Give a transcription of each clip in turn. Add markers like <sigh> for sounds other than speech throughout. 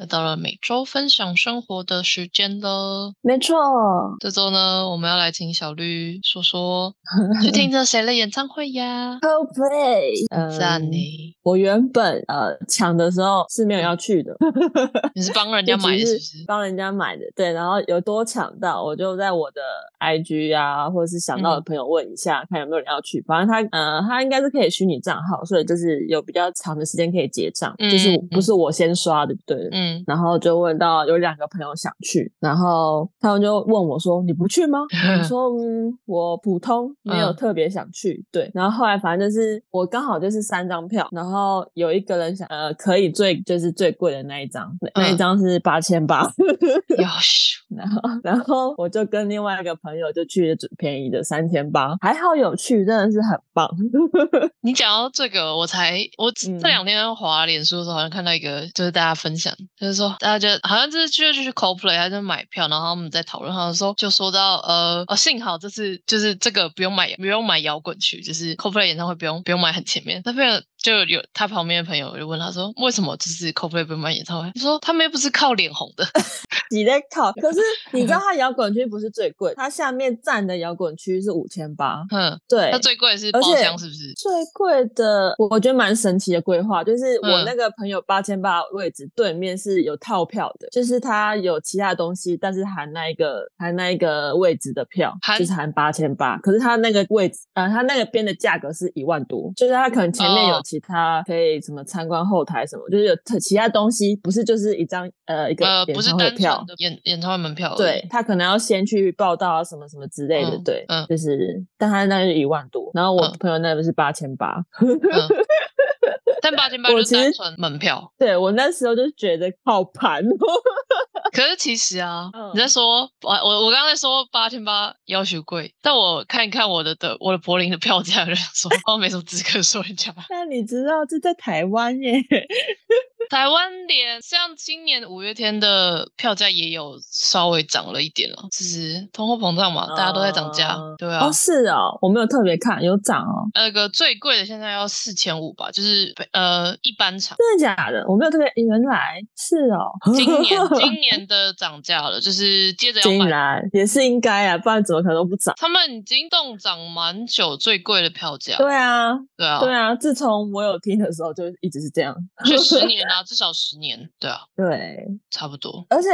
那到了每周分享生活的时间了。没错，这周呢，我们要来请小绿说说去 <laughs> 听着谁的演唱会呀？ Coldplay，嗯赞啊你，我原本呃抢的时候是没有要去的，你是帮人家买的，就是只不是是？帮人家买的，对。然后有多抢到，我就在我的 IG 啊，或者是想到的嗯朋友问一下，看有没有人要去。反正他呃，他应该是可以虚拟账号，所以就是有比较长的时间可以结账，就是嗯不是我先刷的，对。嗯，然后就问到有两个朋友想去，然后他们就问我说：“你不去吗？” <laughs> 我说嗯，我普通，没有嗯特别想去。对，然后后来反正就是我刚好就是三张票，然后有一个人想呃可以最就是最贵的那一张，那那嗯一张是八千八， <laughs> 要咻然后然后我就跟另外一个朋友就去了最便宜的三千八，还好有去，真的是很棒。 <laughs> 你讲到这个，我才我这嗯这两天滑脸书的时候，好像看到一个，就是大家分享，就是说大家就好像就是就就去 CoPlay 还是买票，然后他们在讨论，好像说就说到呃哦，幸好这次就是这个不用买不用买摇滚区，就是 CoPlay 演唱会不用不用买很前面。那朋友就有他旁边的朋友就问他说，为什么就是 CoPlay 不用买演唱会？他说他们又不是靠脸红的，你在靠，可是你 <laughs> 知道它摇滚区不是最贵，它下面站的摇滚区是五千八，嗯，对那，最贵的是而包且厢是不是？最贵的，我我觉得蛮神奇的规划，就是我嗯那个朋友八千八位置对面是有套票的，就是他有其他东西，但是含那一个含那一个位置的票，含就是含八千八。可是他那个位置，呃，他那个边的价格是一万多，就是他可能前面有哦其他可以什么参观后台什么，就是有特其他东西，不是就是一张呃一个呃，演不是唱会单票纯，的演演唱会门票而已，对他可能要先去报道啊什么什么之类的，嗯对，嗯就是，但他那是一万多，然后我嗯朋友那个是八千八，嗯， <laughs> 但八千八我就其实单纯门票。对我那时候就觉得好盘哦， <laughs> 可是其实啊，嗯你在说，我我我刚才说八千八要求贵，但我看一看我的的我的柏林的票价，我就想说，哦，没什么资格说人家。但你知道这在台湾耶，台湾连像今年五月天的票价也有稍微涨了一点了，就是通货膨胀嘛，大家都在涨价，哦对啊。哦是哦，我没有特别看，有涨哦，那个最贵的现在要四千五吧，就是呃一般 <laughs> 场。真的假的？我没有特别，原来是哦，今年今年的涨价了，就是接着要竟买然也是应该啊，不然怎么可能都不涨？他们已经动涨蛮久，最贵的票价，对啊，对啊，对啊，自从我有听的时候就一直是这样， <laughs> 就十年 <laughs> 啊，至少十年，对啊，对，差不多。而且，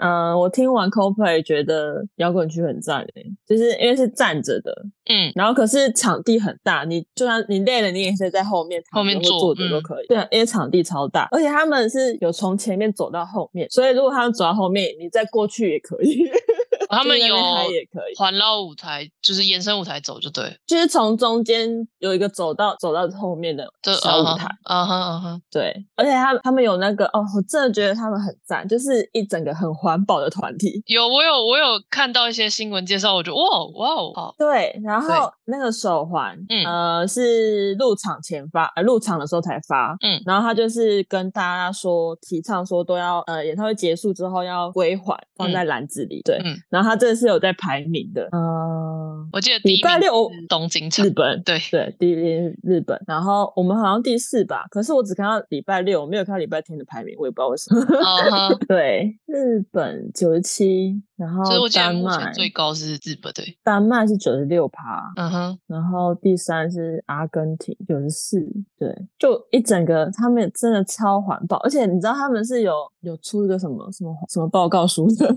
嗯、我听完 Coldplay 觉得摇滚区很赞诶、就是因为是站着的，嗯，然后可是场地很大，你就算你累了，你也可以在后面躺后面着坐或坐着都嗯可以。对，啊因为场地超大，而且他们是有从前面走到后面，所以如果他们走到后面，你再过去也可以，哦他们 <laughs> 就是有在那边嗨也可以，环绕舞台，就是延伸舞台走就对，就是从中间有一个走到走到后面的就小舞台。，啊哈啊哈，对，而且他他们有那个哦，我真的觉得他们很赞，就是一整个很环保的团体。有我有我有看到一些新闻介绍，我觉得哇哦哇哦，好，对，然对后那个手环，嗯呃，是入场前发，呃，入场的时候才发，嗯然后他就是跟大家说，提倡说都要，呃，演唱会结束之后要归还，放在篮子里，对，嗯然后他这是有在排名的，嗯、我记得第礼一拜名六是东京场日，本。对，对，第一名日本，然后我们好像第四吧，可是我只看到礼拜六，我没有看到礼拜天的排名，我也不知道为什么。 <laughs> 啊哈，对，日本九十七，然后所以我记得丹目前麦，最高是日本，对，丹麦是九十六趴，嗯哼，然后第三是阿根廷，九十四，对，就一整个他们真的超环保，而且你知道他们是有有出一个什么什么什么报告书的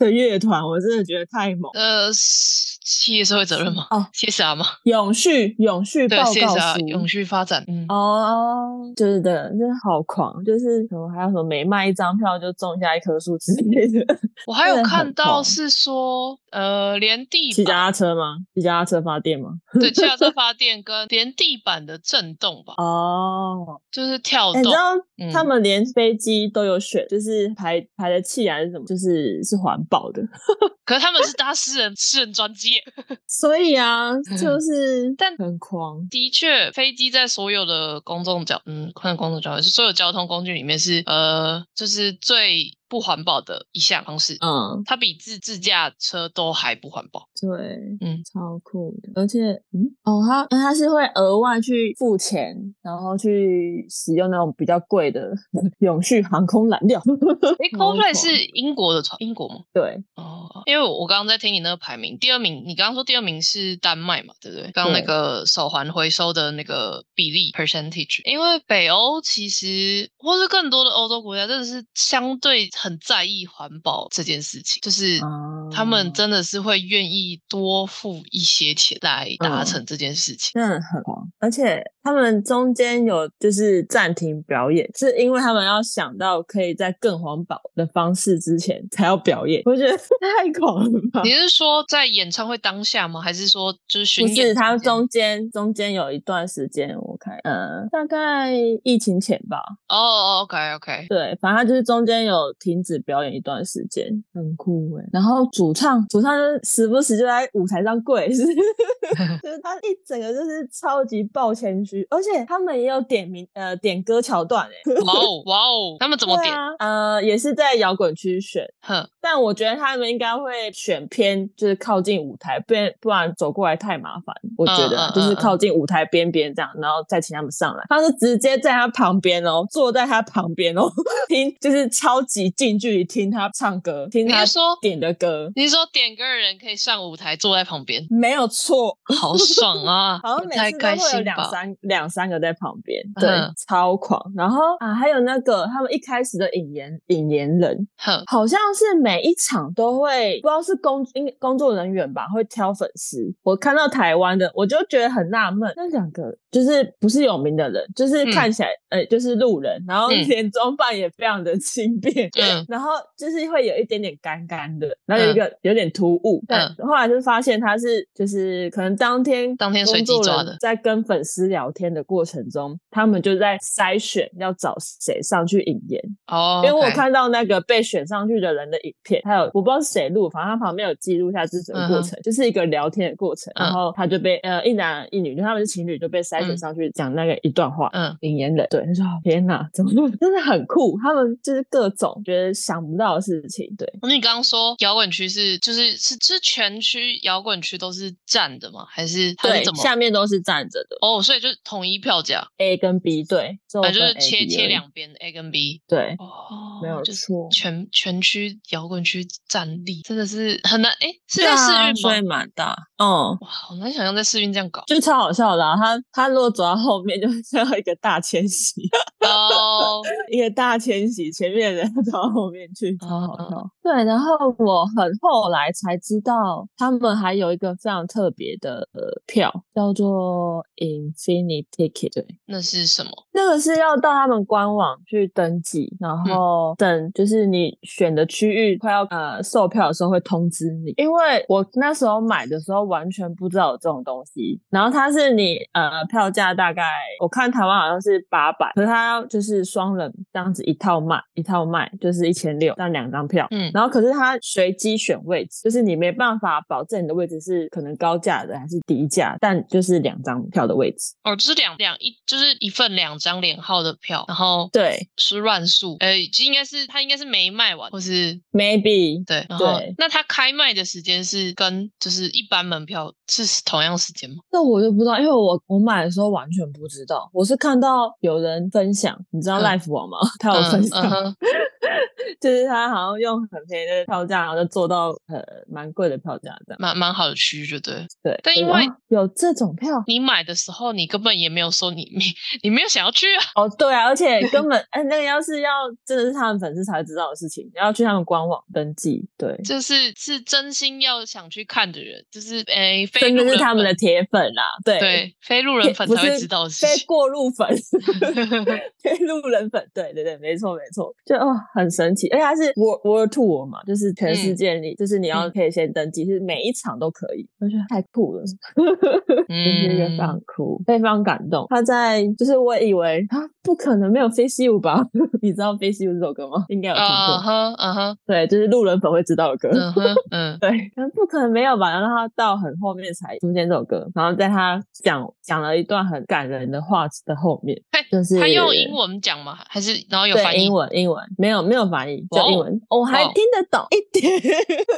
的乐团，我真的觉得太猛，呃，是企业社会责任吗？哦，CSR 吗？永续永续对报告，CSR 书永续发展，嗯，哦，就是的，真的好狂，就是什么还有什么每卖一张票就种下一棵树之类的，我还有真的很看到猛是说，呃，连地骑板脚踏车吗？骑脚踏车发电吗？对， <laughs> 汽车发电跟连地板的震动吧，哦，就是跳欸你动知。道嗯他们连飞机都有选，就是排排的气还是什么，就是是环保的。 <laughs> 可是他们是搭私人私人专机耶，所以啊， <laughs> 就是但很狂，的确，飞机在所有的公众交嗯，看公众交通，所有交通工具里面是呃，就是最不环保的一项方式。嗯，它比自自驾车都还不环保。对，嗯超酷的，而且，嗯，哦，他他是会额外去付钱，然后去使用那种比较贵的 <laughs> 永续航空燃 <laughs> 料。诶 c 超 o l d p l a y 狂是英国的团，英国吗？对，哦，因为我刚刚在听你那个排名，第二名，你刚刚说第二名是丹麦嘛，对不对？刚刚那对个手环回收的那个比例 percentage，因为北欧其实或是更多的欧洲国家真的是相对很在意环保这件事情，就是啊他们真的是会愿意多付一些钱来达嗯成这件事情。真的很狂，而且他们中间有就是暂停表演，是因为他们要想到可以在更环保的方式之前才要表演，我觉得 <laughs> 太狂了吧你。是说在演唱会当下吗？还是说就是巡不演期间？是，他中间中间有一段时间，我看，呃，大概疫情前吧，哦、o k OK， <laughs> 对，反正他就是中间有停止表演一段时间，很酷哎。然后主唱，主唱就是时不时就在舞台上跪，就是就是他一整个就是超级爆谦虚，而且他们也有点名呃点歌桥段哎，哇哦哇哦，他们怎么对点？啊？呃，也是在摇滚区选，哼，但我觉得他们应该会选偏就是靠近舞台，不然不然走过来太麻烦。我觉得啊、嗯嗯就是嗯靠近舞台边边这样，然后再请他们上来。他是直接在他旁边哦，坐在他旁边哦， <laughs> 听就是超级近距离听他唱歌，听你他是说点的歌，，你是说点歌的人可以上舞台坐在旁边 <laughs> 没有错。好爽啊！ <laughs> 好也像每太次都开会有心两吧。三两三个在旁边，对，嗯超狂。然后啊，还有那个他们一开始的引言引言人，哼，好像是每一场都会，不知道是工应工作人员吧，会挑粉丝。我看到台湾的，我就觉得很纳闷，那两个就是不是有名的人，就是嗯看起来、呃就是路人，然后嗯连装扮也非常的 <laughs> 轻便。嗯，然后就是会有一点点干干的，然后有一个、有点突兀，但后来就发现他是就是可能当天嗯当天随机工作抓人的在跟粉丝聊天的过程中，他们就在筛选要找谁上去引言，哦，因为我 OK 看到那个被选上去的人的影片，还有我不知道是谁录，反正他旁边有记录下这整个过程，就是一个聊天的过程。嗯然后他就被呃一男一女，就他们是情侣，就被筛选嗯上去讲那个一段话。嗯，引言人对他说：“天哪，怎么真的很酷？他们就是各种觉得想不到的事情，对，那你刚刚说摇滚区是就是是是全区摇滚区都是站的吗？还是它对是怎，么？下面都是站着的哦，所以就是统一票价， A 跟 B 哦对，只有反正就是分 A 切 B 切而已两边 A 跟 B。对，哦，没有就是错，全全区摇滚区战力真的是很难，诶，是在对试啊运所以吗？蛮大，嗯。”哇，好难想象在试运这样搞就超好笑的、啊，他他如果走到后面，就是 <laughs> 要一个大迁徙，哦。一个大迁徙，前面的人 <laughs> 到后面去，超好嗯嗯笑。对，然后我很后来才知道，他们还有一个非常特别的、呃票，叫做 Infinity Ticket。对，那是什么？那个是要到他们官网去登记，然后等就是你选的区域快要呃售票的时候会通知你。因为我那时候买的时候完全不知道有这种东西，然后它是你呃票价大概我看台湾好像是八百，可是它要就是双人这样子一套卖一套卖就是一千六，但两张票，嗯然后可是它随机选位置，就是你没办法保证你的位置是可能高价的还是低价，但就是两张票的位置。哦，就是两两一，就是一份两张连号的票，然后对是乱数，呃，就应该是他应该是没卖完，或是，maybe 对，然后对那他开卖的时间是跟就是一般门票是同样时间吗？这我就不知道，因为我我买的时候完全不知道，我是看到有人分享，你知道嗯 Life 网吗？ <laughs> 他有嗯分享，嗯哼，就是他好像用很便宜的票价，然后就做到呃蛮贵的票价这样。蛮蛮好的区域，就对。对，但我因就为啊有这种票你买的时候，你根本也没有说你你你没有想要去啊， <laughs> 哦，对啊，而且根本哎、那个要是要真的是他们粉丝才会知道的事情，要去他们官网登记，对，就是是真心要想去看的人，就是诶，非真路的人是他们的粉铁粉啦，对。对非路铁人粉不才会是知道的事非情。 <laughs> 过路粉，对路人粉，对对对，没错没错，就哦很神奇，而且它是 World World Tour 嘛，就是全世嗯界你、就是你要嗯可以先登记，就是每一场都可以，我觉得太酷了，就是一个非嗯常酷，非常感动。他在就是我以为啊，不可能没有飞西舞吧？ <laughs> 你知道飞西舞这首歌吗？应该有听过。啊哈啊哈，对，就是路人粉会知道的歌。嗯哼嗯， <laughs> 对，可能不可能没有吧？然后他到很后面才出现这首歌，然后在他讲讲了一段很感人的话的后面，嘿就是他用英文讲吗？还是然后有翻对译英？文英文没有没有翻译，就哇哦英文，我还哇哦听得懂 <laughs> 一点，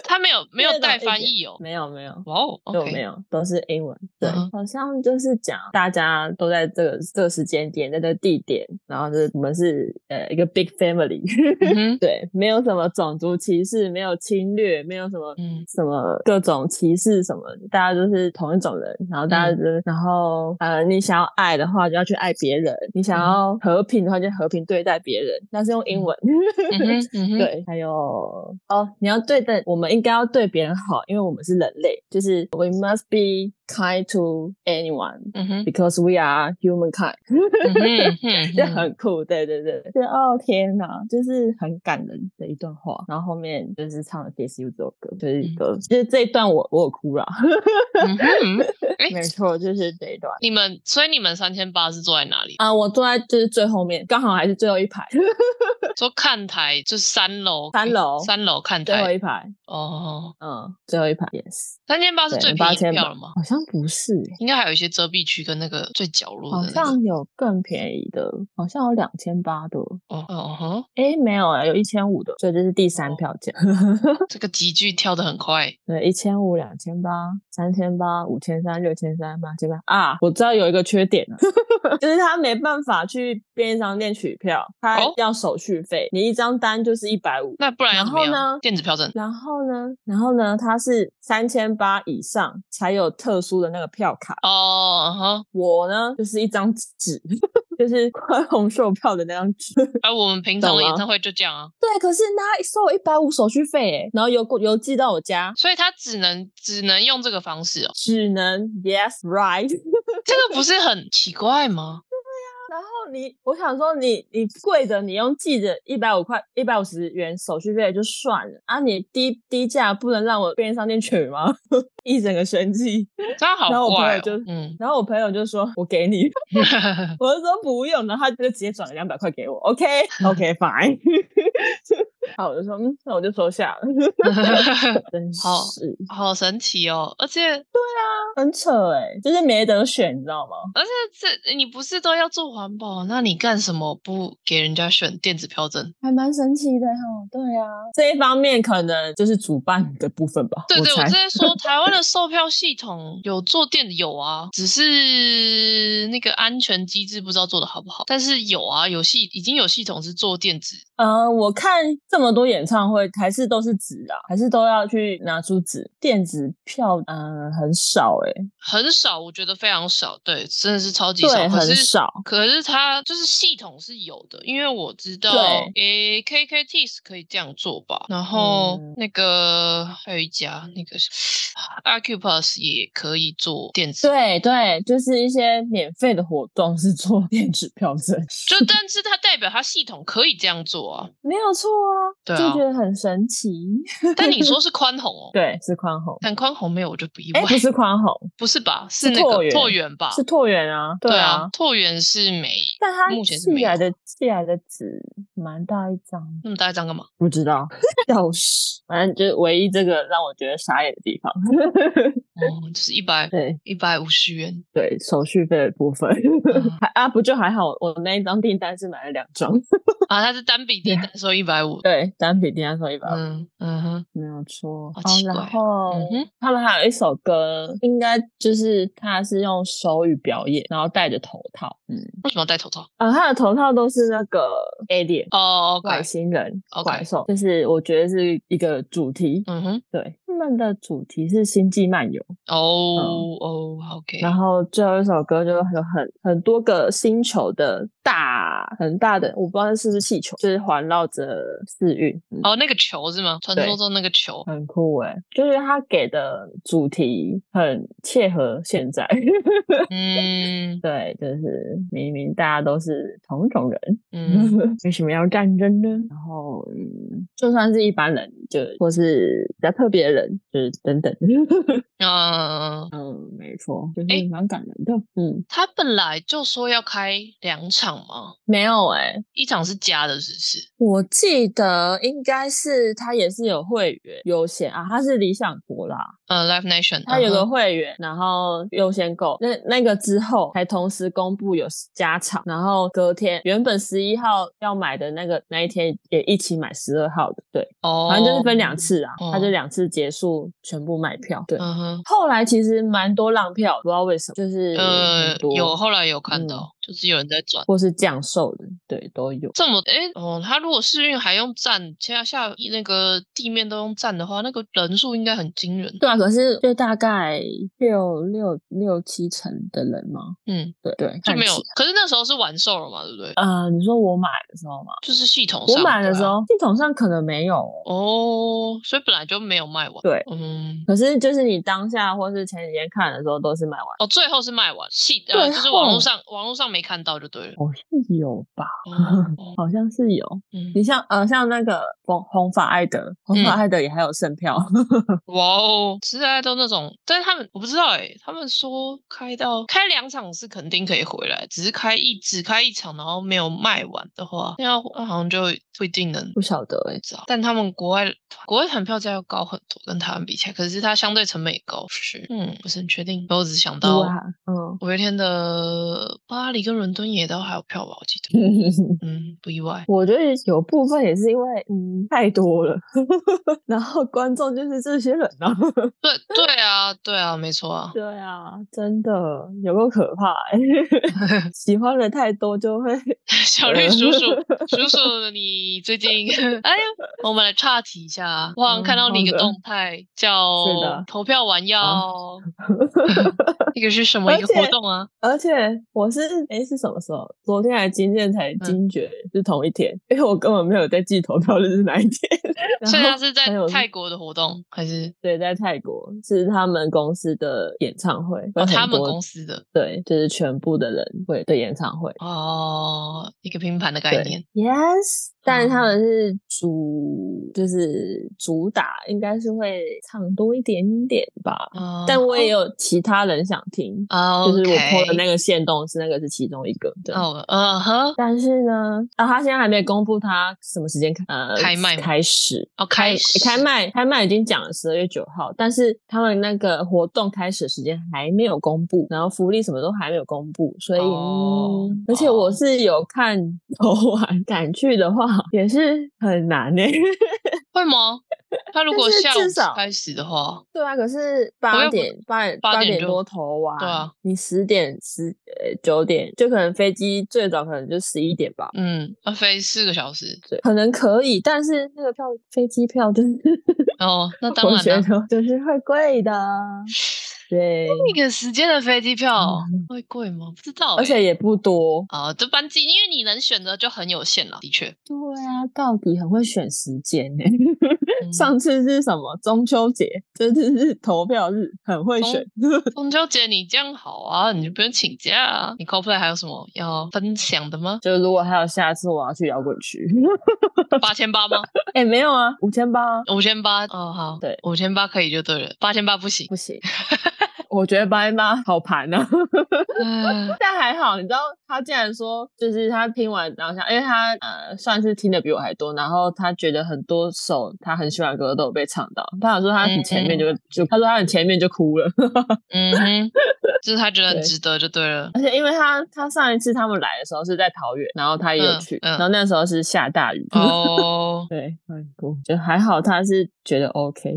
他没有没有听得懂带一翻点译哦。没有没有。哇 <laughs> 哦都没，OK，有，都是英文。对嗯哼好像就是讲大家都在这个这个时间点，在这个地点，然后就是我们是呃一个 big family， <laughs> 嗯哼对，没有什么种族歧视，没有侵略，没有什么嗯什么各种歧视什么，大家都是同一种人，然后大嗯家、就是，然后呃，你想要爱的话就要去爱别人，你想嗯要和平的话就和平对待别人，那是用英嗯文。嗯 <laughs> 哼嗯哼，对，还有哦，你要对待，我们应该要对别人好，因为我们是人类，就是 we must be kind to anyone 嗯哼 because we are humankind。 <laughs> 嗯哼嗯就哼，很酷，对对对，就哦天哪，就是很感人的一段话。然后后面就是唱了《Kiss You》这首歌，就是一个，就是这一段我我有哭了，嗯 <laughs> 哼，哎没错，就是这一段你们所以你们三千八是坐在哪里？啊、我坐在就是最后面，刚好还是最后一排，说看台就是三楼，嗯三楼三楼看最后台一排，哦。嗯，最后一排，yes，三千八是对最便宜的8800票了吗？好像不是耶、应该还有一些遮蔽区跟那个最角落好的那个。像有更便宜的，好像有两千八的，哦哦哦，诶，没有啊，有一千五的，所以这是第三票价。这个集距跳得很快。对，一千五、两千八、三千八、五千三、六千三、八千八啊！我知道有一个缺点了，就是他没办法去便利商店取票，他哦要手续费，你一张单就是一百五。那不然要然怎么后样？呢电子票证。然后呢，然后呢，他是三千八以上才有特殊的那个票卡。哦，哈，我呢，就是一张纸， <laughs> 就是宽宏售票的那张纸。 <laughs> 而啊我们平常的懂吗演唱会就这样啊，对，可是他收我一百五手续费耶，然后邮过邮寄到我家，。所以他只能只能用这个方式哦 <laughs> 只能 yes right。这个不是很奇怪吗？然后你，我想说你，你贵的你用记着一百五块、一百五十元手续费就算了啊，你低低价不能让我便利商店取吗？ <laughs> 一整个生气。这样好然后我朋怪友哦就。 <laughs> 嗯，然后我朋友就说：“我给你。” <laughs> 我就说不用，然后他就直接转了两百块给我。OK <laughs> OK fine。好，我就说嗯，那我就收下了。 <laughs> 真是好好神奇哦！而且而很扯哎、就是没得选，你知道吗？且这你不是都要做环保，那你干什么不给人家选电子票证？还蛮神奇的哈、对啊，这一方面可能就是主办的部分吧。对对，我猜是在 <laughs> 说台湾的售票系统有做电有啊，只是那个安全机制不知道做的好不好，但是有啊，有系已经有系统是做电子，呃，我看这么多演唱会，还是都是纸啊，还是都要去拿出纸。电子票，嗯、很少诶、很少，我觉得非常少，对，真的是超级对，少，可很是。少。可是它就是系统是有的，因为我知道，对诶，KKT 是可以这样做吧，然后嗯那个还有一家那个 Acupass 也可以做电子对对，就是一些免费的活动是做 <laughs> 电子票证， <laughs> 就但是它代表它系统可以这样做 <laughs> 啊。没有错啊，对就啊觉得很神奇。但你说是宽宏哦，对，是宽宏，但宽宏没有我就不意哎、外，不是 <laughs> 宽宏，不是吧？是是那拓个元拓元吧？是拓元啊，对对啊啊，。拓元是没但它目前是没寄来有啊的寄来的纸蛮大一张，那么大一张干嘛？不知道，笑死。反正就是唯一这个让我觉得傻眼的地 <laughs> 方。哦，就是一百对一百五十 <laughs> 元，对，手续费的部分， <laughs> 嗯还啊不就还好，我那一张订单是买了两张， <laughs> 啊，它是单笔订单收一百五，对，啊单笔订单收一百五，嗯嗯哼，没有错。好好奇怪然啊后、嗯哼他们还有一首歌，应该就是他是用手语表演，然后戴着头套，嗯，为什么要戴头套？啊，他的头套都是那 <laughs> 个 alien 哦，OK，外星人 OK 怪兽，就是我觉得是一个主题，嗯哼，对，他们的主题是《星际漫游》，哦哦，OK，然后最后一首歌就有很很多个星球的大很大的，我不知道是不是气球，就是环绕着四运，嗯、哦，那个球是吗？传对说中那个 <laughs> 球，很酷诶、就是他给的主题很切合现在， <laughs> 嗯对，就是明明大家都是同种人， <laughs> 嗯为什么要战争呢？然后，嗯，就算是一般人，就或是比较特别的人，就是等 <laughs> 等。嗯，嗯，没错，就诶是蛮感人的。嗯，他本来就说要开两场嘛，没有哎、一场是加的，只是我记得应该是他也是有会员优先啊，他是理想国啦，呃，Live Nation，他有个嗯哼会员，然后优先购，那那个之后还同时公布有加场，然后隔天原本十一号要买的那个那一天也一起买十二号的，对，哦，反正就是分两，次啊，哦他就两次结束全部卖票，对。嗯哼，后来其实蛮多浪票，不知道为什么，就是呃很，多有后来有看嗯到，就是有人在转。或是降售的，对，都有。这么诶哦，他如果试运还用站，下下那个地面都用站的话，那个人数应该很惊人。对啊，可是就大概六六六七成的人嘛，嗯，对对，就看没有起来。。可是那时候是完售了嘛，对不对？呃，你说我买的时候吗？就是系统我上买的对啊时候，系统上可能没有哦、哦，所以本来就没有卖完。对嗯，可是就是你当下或是前几天看的时候都是买完，哦，最后是卖完，系呃，最就是网络后上网络上没看到就对 <laughs> 了。好像有吧，哦好像是有。嗯，你像呃，像那个红红发艾德，红发嗯艾德也还有剩 <laughs> 票，哇哦，现在都那种，但是他们我不知道哎、他们说开到开两场是肯定可以回来，只是开一只开一场，然后没有卖完的话，那要那好像就不一定能不晓得哎、找。但他们国外国外团票价要高很多，跟台湾比起来，可是它相对成本也高，是嗯，不是很确定。我只想到，哇，嗯五月天的巴黎跟伦敦也都还有票吧，我记得，嗯，不意外。 <laughs> 我觉得有部分也是因为嗯太多了， <laughs> 然后观众就是这些人啊。对对啊，对啊，没错啊，对啊，真的有够可怕、欸， <laughs> 喜欢的太多就会 <laughs> 小绿叔叔，叔叔，你最近 <laughs> 哎呀，我们来岔题一下，啊我好像看到你一个嗯好的动态，叫是的啊投票完要， <laughs> 那个是什么而一个活且动啊？而且我是哎、诶是什么时候？昨天还今天嗯才惊觉是同一天，因为我根本没有在记投票日是哪一天。 <laughs> 然所以后它是啊在朋友是泰国的活动，还是对，在泰国是他们公司的演唱会，哦有他很们多公司的对，就是全部的人会的演唱会。哦，一个拼盘的概对念， <laughs> ，Yes，但是他哦们是主，就是主打应该是会唱多一点点吧。哦但我也有其他人想听，哦就是我 OK 破的那个线动是那个是其中一个。对，哦，嗯哼，但是呢，啊，他现在还没公布他什么时间开呃开卖吗开始。哦，开诶开始卖，开卖已经讲了十二月九号，但是他们那个活动开始的时间还没有公布，然后福利什么都还没有公布，所以，哦嗯而且我哦是有看 <laughs> 投完，敢去的话也是很难欸呢、会吗？他如但果是下午至少开始的话，对啊，可是我八又不点八点八八点点就多投完，对啊，你十点十呃九点就可能飞机最早可能就十一点吧，嗯，要飞四个小时对，可能可以，但是那个票飞机票就是哦， <laughs> 那当我然觉了。得就是会贵 <laughs> 的，对，那个时间的飞机票嗯会贵吗？不知道欸、而且也不多，啊，这班机因为你能选择就很有限了，的 <laughs> 确。对啊，到底很会选时间呢、嗯上次是什么中秋节，这次是投票日，很会中选。？中秋节你这样好啊，你就不用请假啊。你 cosplay 还有什么要分享的吗就如果还有下次，我要去摇滚区。 <laughs> 八千八吗？哎、没有啊，五千八啊五千八哦，好，对五千八可以就对了，八千八不行。不行。 <laughs> 我觉得八千八好盘啊，嗯 <laughs> 但还好，你知道他竟然说，就是他听完然后想，因为他呃算是听的比我还多，然后他觉得很多首他很喜欢的歌都有被唱到，他想说他很前面就、就他说他很前面就哭了， <laughs> 嗯哼，就是他觉得很对值得就对 <laughs> 了。而且因为他他上一次他们来的时候是在桃园，然后他也有嗯去，嗯然后那时候是下大雨。哦， <laughs> 对，很哭，就还好，他是觉得 OK，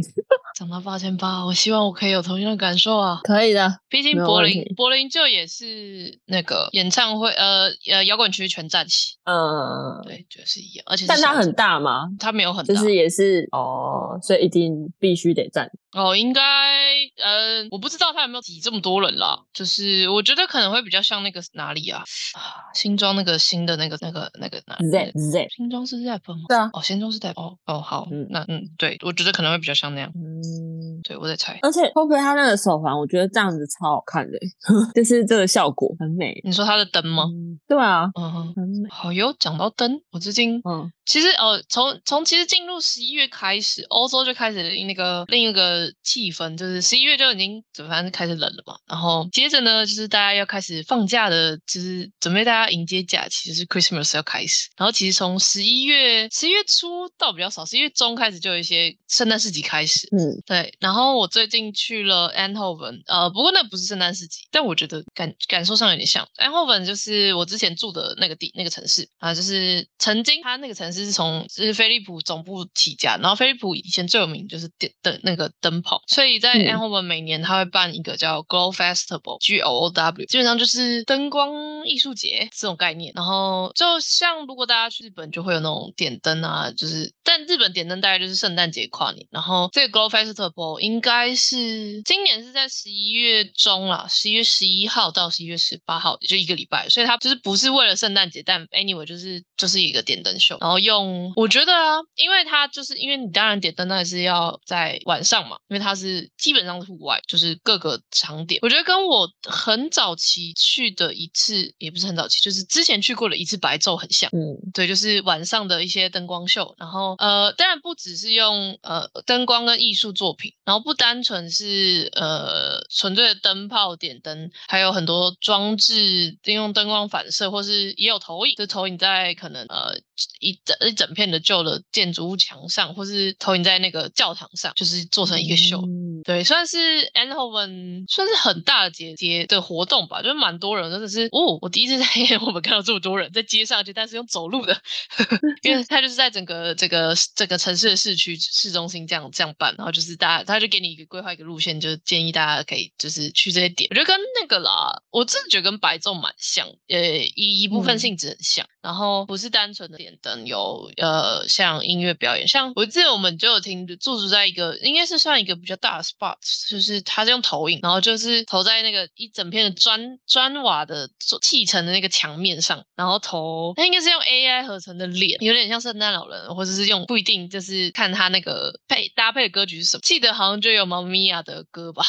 涨到八千八，我希望我可以有同样的感受啊。可以的。毕竟没有柏问林题柏林就也是那个演唱会，呃呃，摇滚区全站起，嗯，对，就是一样，而且是但小他很站，大嘛，它没有很大，就是也是哦，所以一定必须得站。哦，应该，呃，我不知道他有没有挤这么多人啦，就是我觉得可能会比较像那个哪里啊，啊新庄那个新的那个那个那个哪 Z Z，新庄是 rap 吗？嗯对啊哦，新庄是 rap，哦哦好，嗯那嗯，对，我觉得可能会比较像那样。嗯，对我在猜。而且 CoPlay 它那个手环，我觉得这样子超好看的、 <laughs> 就是这个效果很美。你说它的灯吗？嗯，对啊，嗯哼，很美。好哟。讲到灯，我最近嗯，其实呃，从从其实进入十一月开始，欧洲就开始那个另一个气氛，就是十一月就已经反正开始冷了嘛。然后接着呢，就是大家要开始放假的，就是准备大家迎接假期，就是 Christmas 要开始。然后其实从十一月十一月初倒比较少，十一月中开始就有一些圣诞市集开始。嗯，对，然后我最近去了 Anhoven，呃，不过那不是圣诞市集，但我觉得感感受上有点像。Anhoven 就是我之前住的那个地那个城市啊，就是曾经它那个城市是从就是飞利浦总部起家，然后飞利浦以前最有名就是电的那个灯泡，所以在嗯 Anhoven 每年它会办一个叫 Glow Festival（G O O W），基本上就是灯光艺术节这种概念。然后就像如果大家去日本，就会有那种点灯啊，就是但日本点灯大概就是圣诞节跨年。然后这个 Glow Festival 应该是今年是在十一月中啦，十一月十一号到十一月十八号，也就一个礼拜，所以它就是不是为了圣诞节，但 anyway 就是就是一个点灯秀。然后用我觉得啊，因为它就是因为你当然点灯当然是要在晚上嘛，因为它是基本上是户外，就是各个场点。我觉得跟我很早期去的一次，也不是很早期，就是之前去过的一次白昼很像。嗯，对，就是晚上的一些灯光秀，然后呃，当然不只是用呃灯光跟艺术作品，然后不单纯是呃纯粹的灯泡点灯，还有很多装置利用灯光反射，或是也有投影，就投影在可能呃一整一整片的旧的建筑物墙上，或是投影在那个教堂上，就是做成一个秀。嗯对，算是 Anhoven 算是很大的节节的活动吧，就是蛮多人，真的是哦，我第一次在 <laughs> Anhoven 看到这么多人在街上，就但是用走路的， <laughs> 因为他就是在整个这个整个城市的市区市中心这样这样办，然后就是大家他就给你一个规划一个路线，就是建议大家可以就是去这些点，我觉得跟那个啦，我真的觉得跟白昼蛮像，呃，一一部分嗯性质很像，然后不是单纯的点灯，有呃像音乐表演，像我记得我们就有听驻足在一个应该是算一个比较大的 spot，就是它是用投影，然后就是投在那个一整片的砖砖瓦的做砌成的那个墙面上，然后投它应该是用 AI 合成的脸，有点像圣诞老人，或者是用不一定就是看它那个配搭配的歌曲是什么，记得好像就有猫咪呀的歌吧。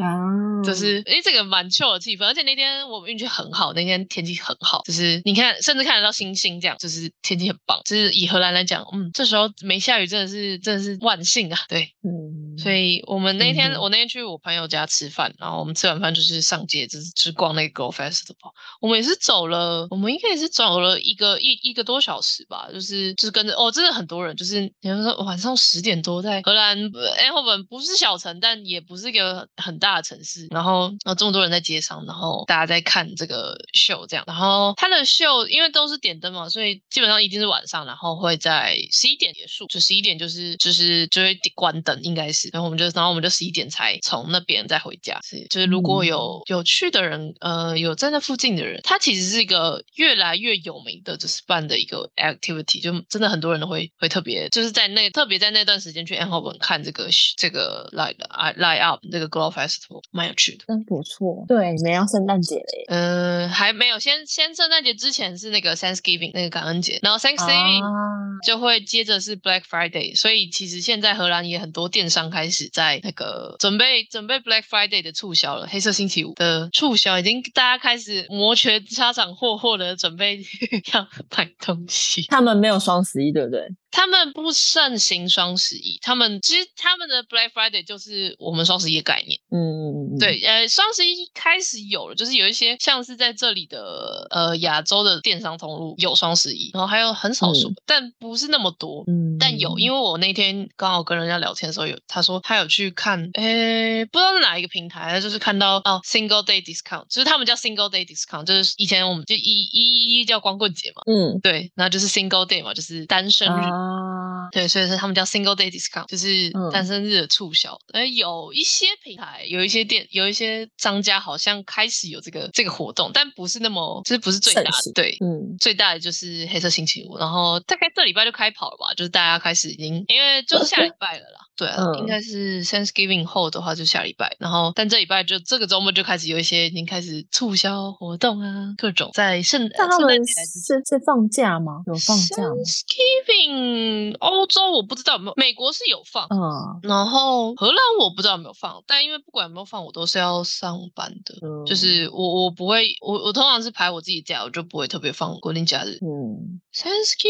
啊，就是诶，这个蛮 chill 的气氛，而且那天我们运气很好，那天天气很好，就是你看，甚至看得到星星，这样就是天气很棒。就是以荷兰来讲，嗯，这时候没下雨真的是真的是万幸啊，对。嗯，所以我们那天、嗯哼我那天去我朋友家吃饭，然后我们吃完饭就是上街，就是去逛那个 Go Festival。我们也是走了，我们应该也是走了一个一一个多小时吧，就是就是跟着哦，真的很多人，就是你们说晚上十点多在荷兰 a n h o v e n 不是小城，但也不是一个很大的城市，然后然后这么多人在街上，然后大家在看这个秀这样，然后它的秀因为都是点灯嘛，所以基本上一定是晚上，然后会在十一点结束，就十一点就是就是就会关灯，应该是，然后我们就然后我们就十一点才从那边再回家，是就是如果嗯有。有趣的人，呃，有在那附近的人，它其实是一个越来越有名的，就是办的一个 activity，就真的很多人会会特别，就是在那特别在那段时间去 a n h o v e n 看这个这个 light light up 这个 glow festival，蛮有趣的。真不错。对，没要圣诞节了耶。嗯、还没有，先先圣诞节之前是那个 Thanksgiving 那个感恩节，然后 Thanksgiving、啊，就会接着是 Black Friday，所以其实现在荷兰也很多电商开始在那个准备准备 Black Friday 的促销了，黑色星期五的促销已经大家开始摩拳擦掌霍霍的准备 <laughs> 要买东西。他们没有双十一，对不对？他们不盛行双十一，他们其实他们的 Black Friday 就是我们双十一的概念。嗯嗯嗯，嗯，对，呃，双十一开始有了，就是有一些像是在这里的呃亚洲的电商通路有双十一，然后还有很少数，嗯但不是那么多。嗯，但有，因为为我那天刚好跟人家聊天的时候有，他说他有去看，诶，不知道是哪一个平台，他就是看到哦，Single Day Discount，就是他们叫 Single Day Discount，就是以前我们就一一一一叫光棍节嘛，嗯对，然后就是 Single Day 嘛，就是单身日。啊，对，所以说他们叫 single day discount，就是嗯单身日的促销。呃、有一些平台、有一些店、有一些商家好像开始有这个这个活动，但不是那么，就是不是最大盛的行。对，嗯最大的就是黑色星期五，然后大概这礼拜就开跑了吧，就是大家开始已经，因为就是下礼拜了啦，对啊，嗯应该是 Thanksgiving 后的话就下礼拜，然后但这礼拜就这个周末就开始有一些已经开始促销活动啊，各种在圣诞但他圣们诞节来之前。是是放假吗？有放假吗？ Thanksgiving 欧洲我不知道有没有，美国是有放，嗯，然后荷兰我不知道有没有放，但因为不管有没有放，我都是要上班的，嗯就是我我不会，我我通常是排我自己假，我就不会特别放国定假日。嗯，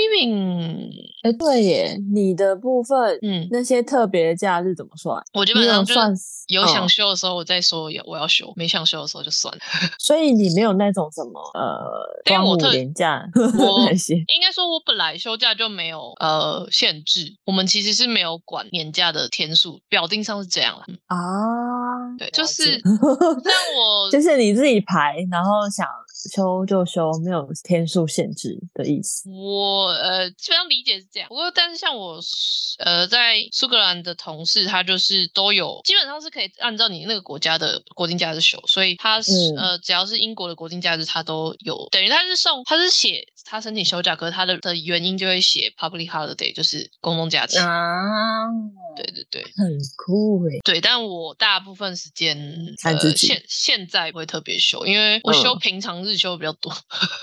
Thanksgiving，哎、对耶，你的部分、嗯，那些特别的假日怎么算？我基你本有上就是算有想嗯休的时候我再说有我要休，没想休的时候就算了。所以你没有那种什么呃因为端我午特连假我 <laughs> 那些，应该说，我本来休假就没有呃限制，我们其实是没有管年假的天数，表定上是这样啦。 <laughs> 嗯啊，对，就了解是像我就是 <laughs> 你自己排，然后想休就休，没有天数限制的意思。我呃，基本上理解是这样。不过，但是像我呃，在苏格兰的同事，他就是都有，基本上是可以按照你那个国家的国定假日休，所以他是、嗯呃，只要是英国的国定假日，他都有，等于他是送，他是写他申请休假，可是他的的原因就会写 public holiday，就是公众假期。啊，对对对很酷诶、对，但我大部分时间看自呃，己现现在不会特别休，因为我休嗯平常日休比较多。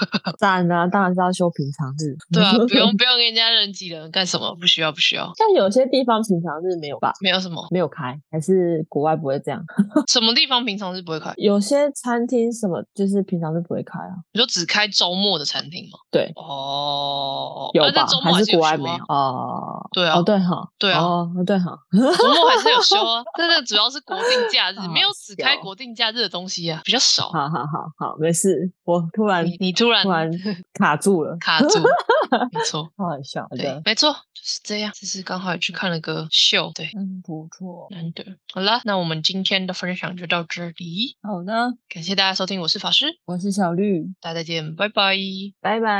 <laughs> 当然啦、当然是要休平常日。对啊，不 <laughs> 用不用跟人家人挤人干什么，不需要不需要，像有些地方平常日没有吧，没有什么。没有开，还是国外不会这样。什么地方平常是不会开？有些餐厅什么就是平常是不会开啊，你说只开周末的餐厅吗？对哦，有啊吧？但周末还还是国外休没啊有？哦，对啊哦对哈，对啊哦对哈，周末还是有休 <laughs> 啊。但是主要是国定假日，好没有只开笑国定假日的东西啊，比较少。好好好好，没事，我突然你你突然突然卡住了，卡 <laughs> 住，没错，好好笑对的，，没错，就是这样。只是刚好也去看了个秀，对，嗯，不错。难得。好啦，那我们今天的分享就到这里，好的，感谢大家收听，我是法师，我是小绿，大家再见，拜拜。拜拜。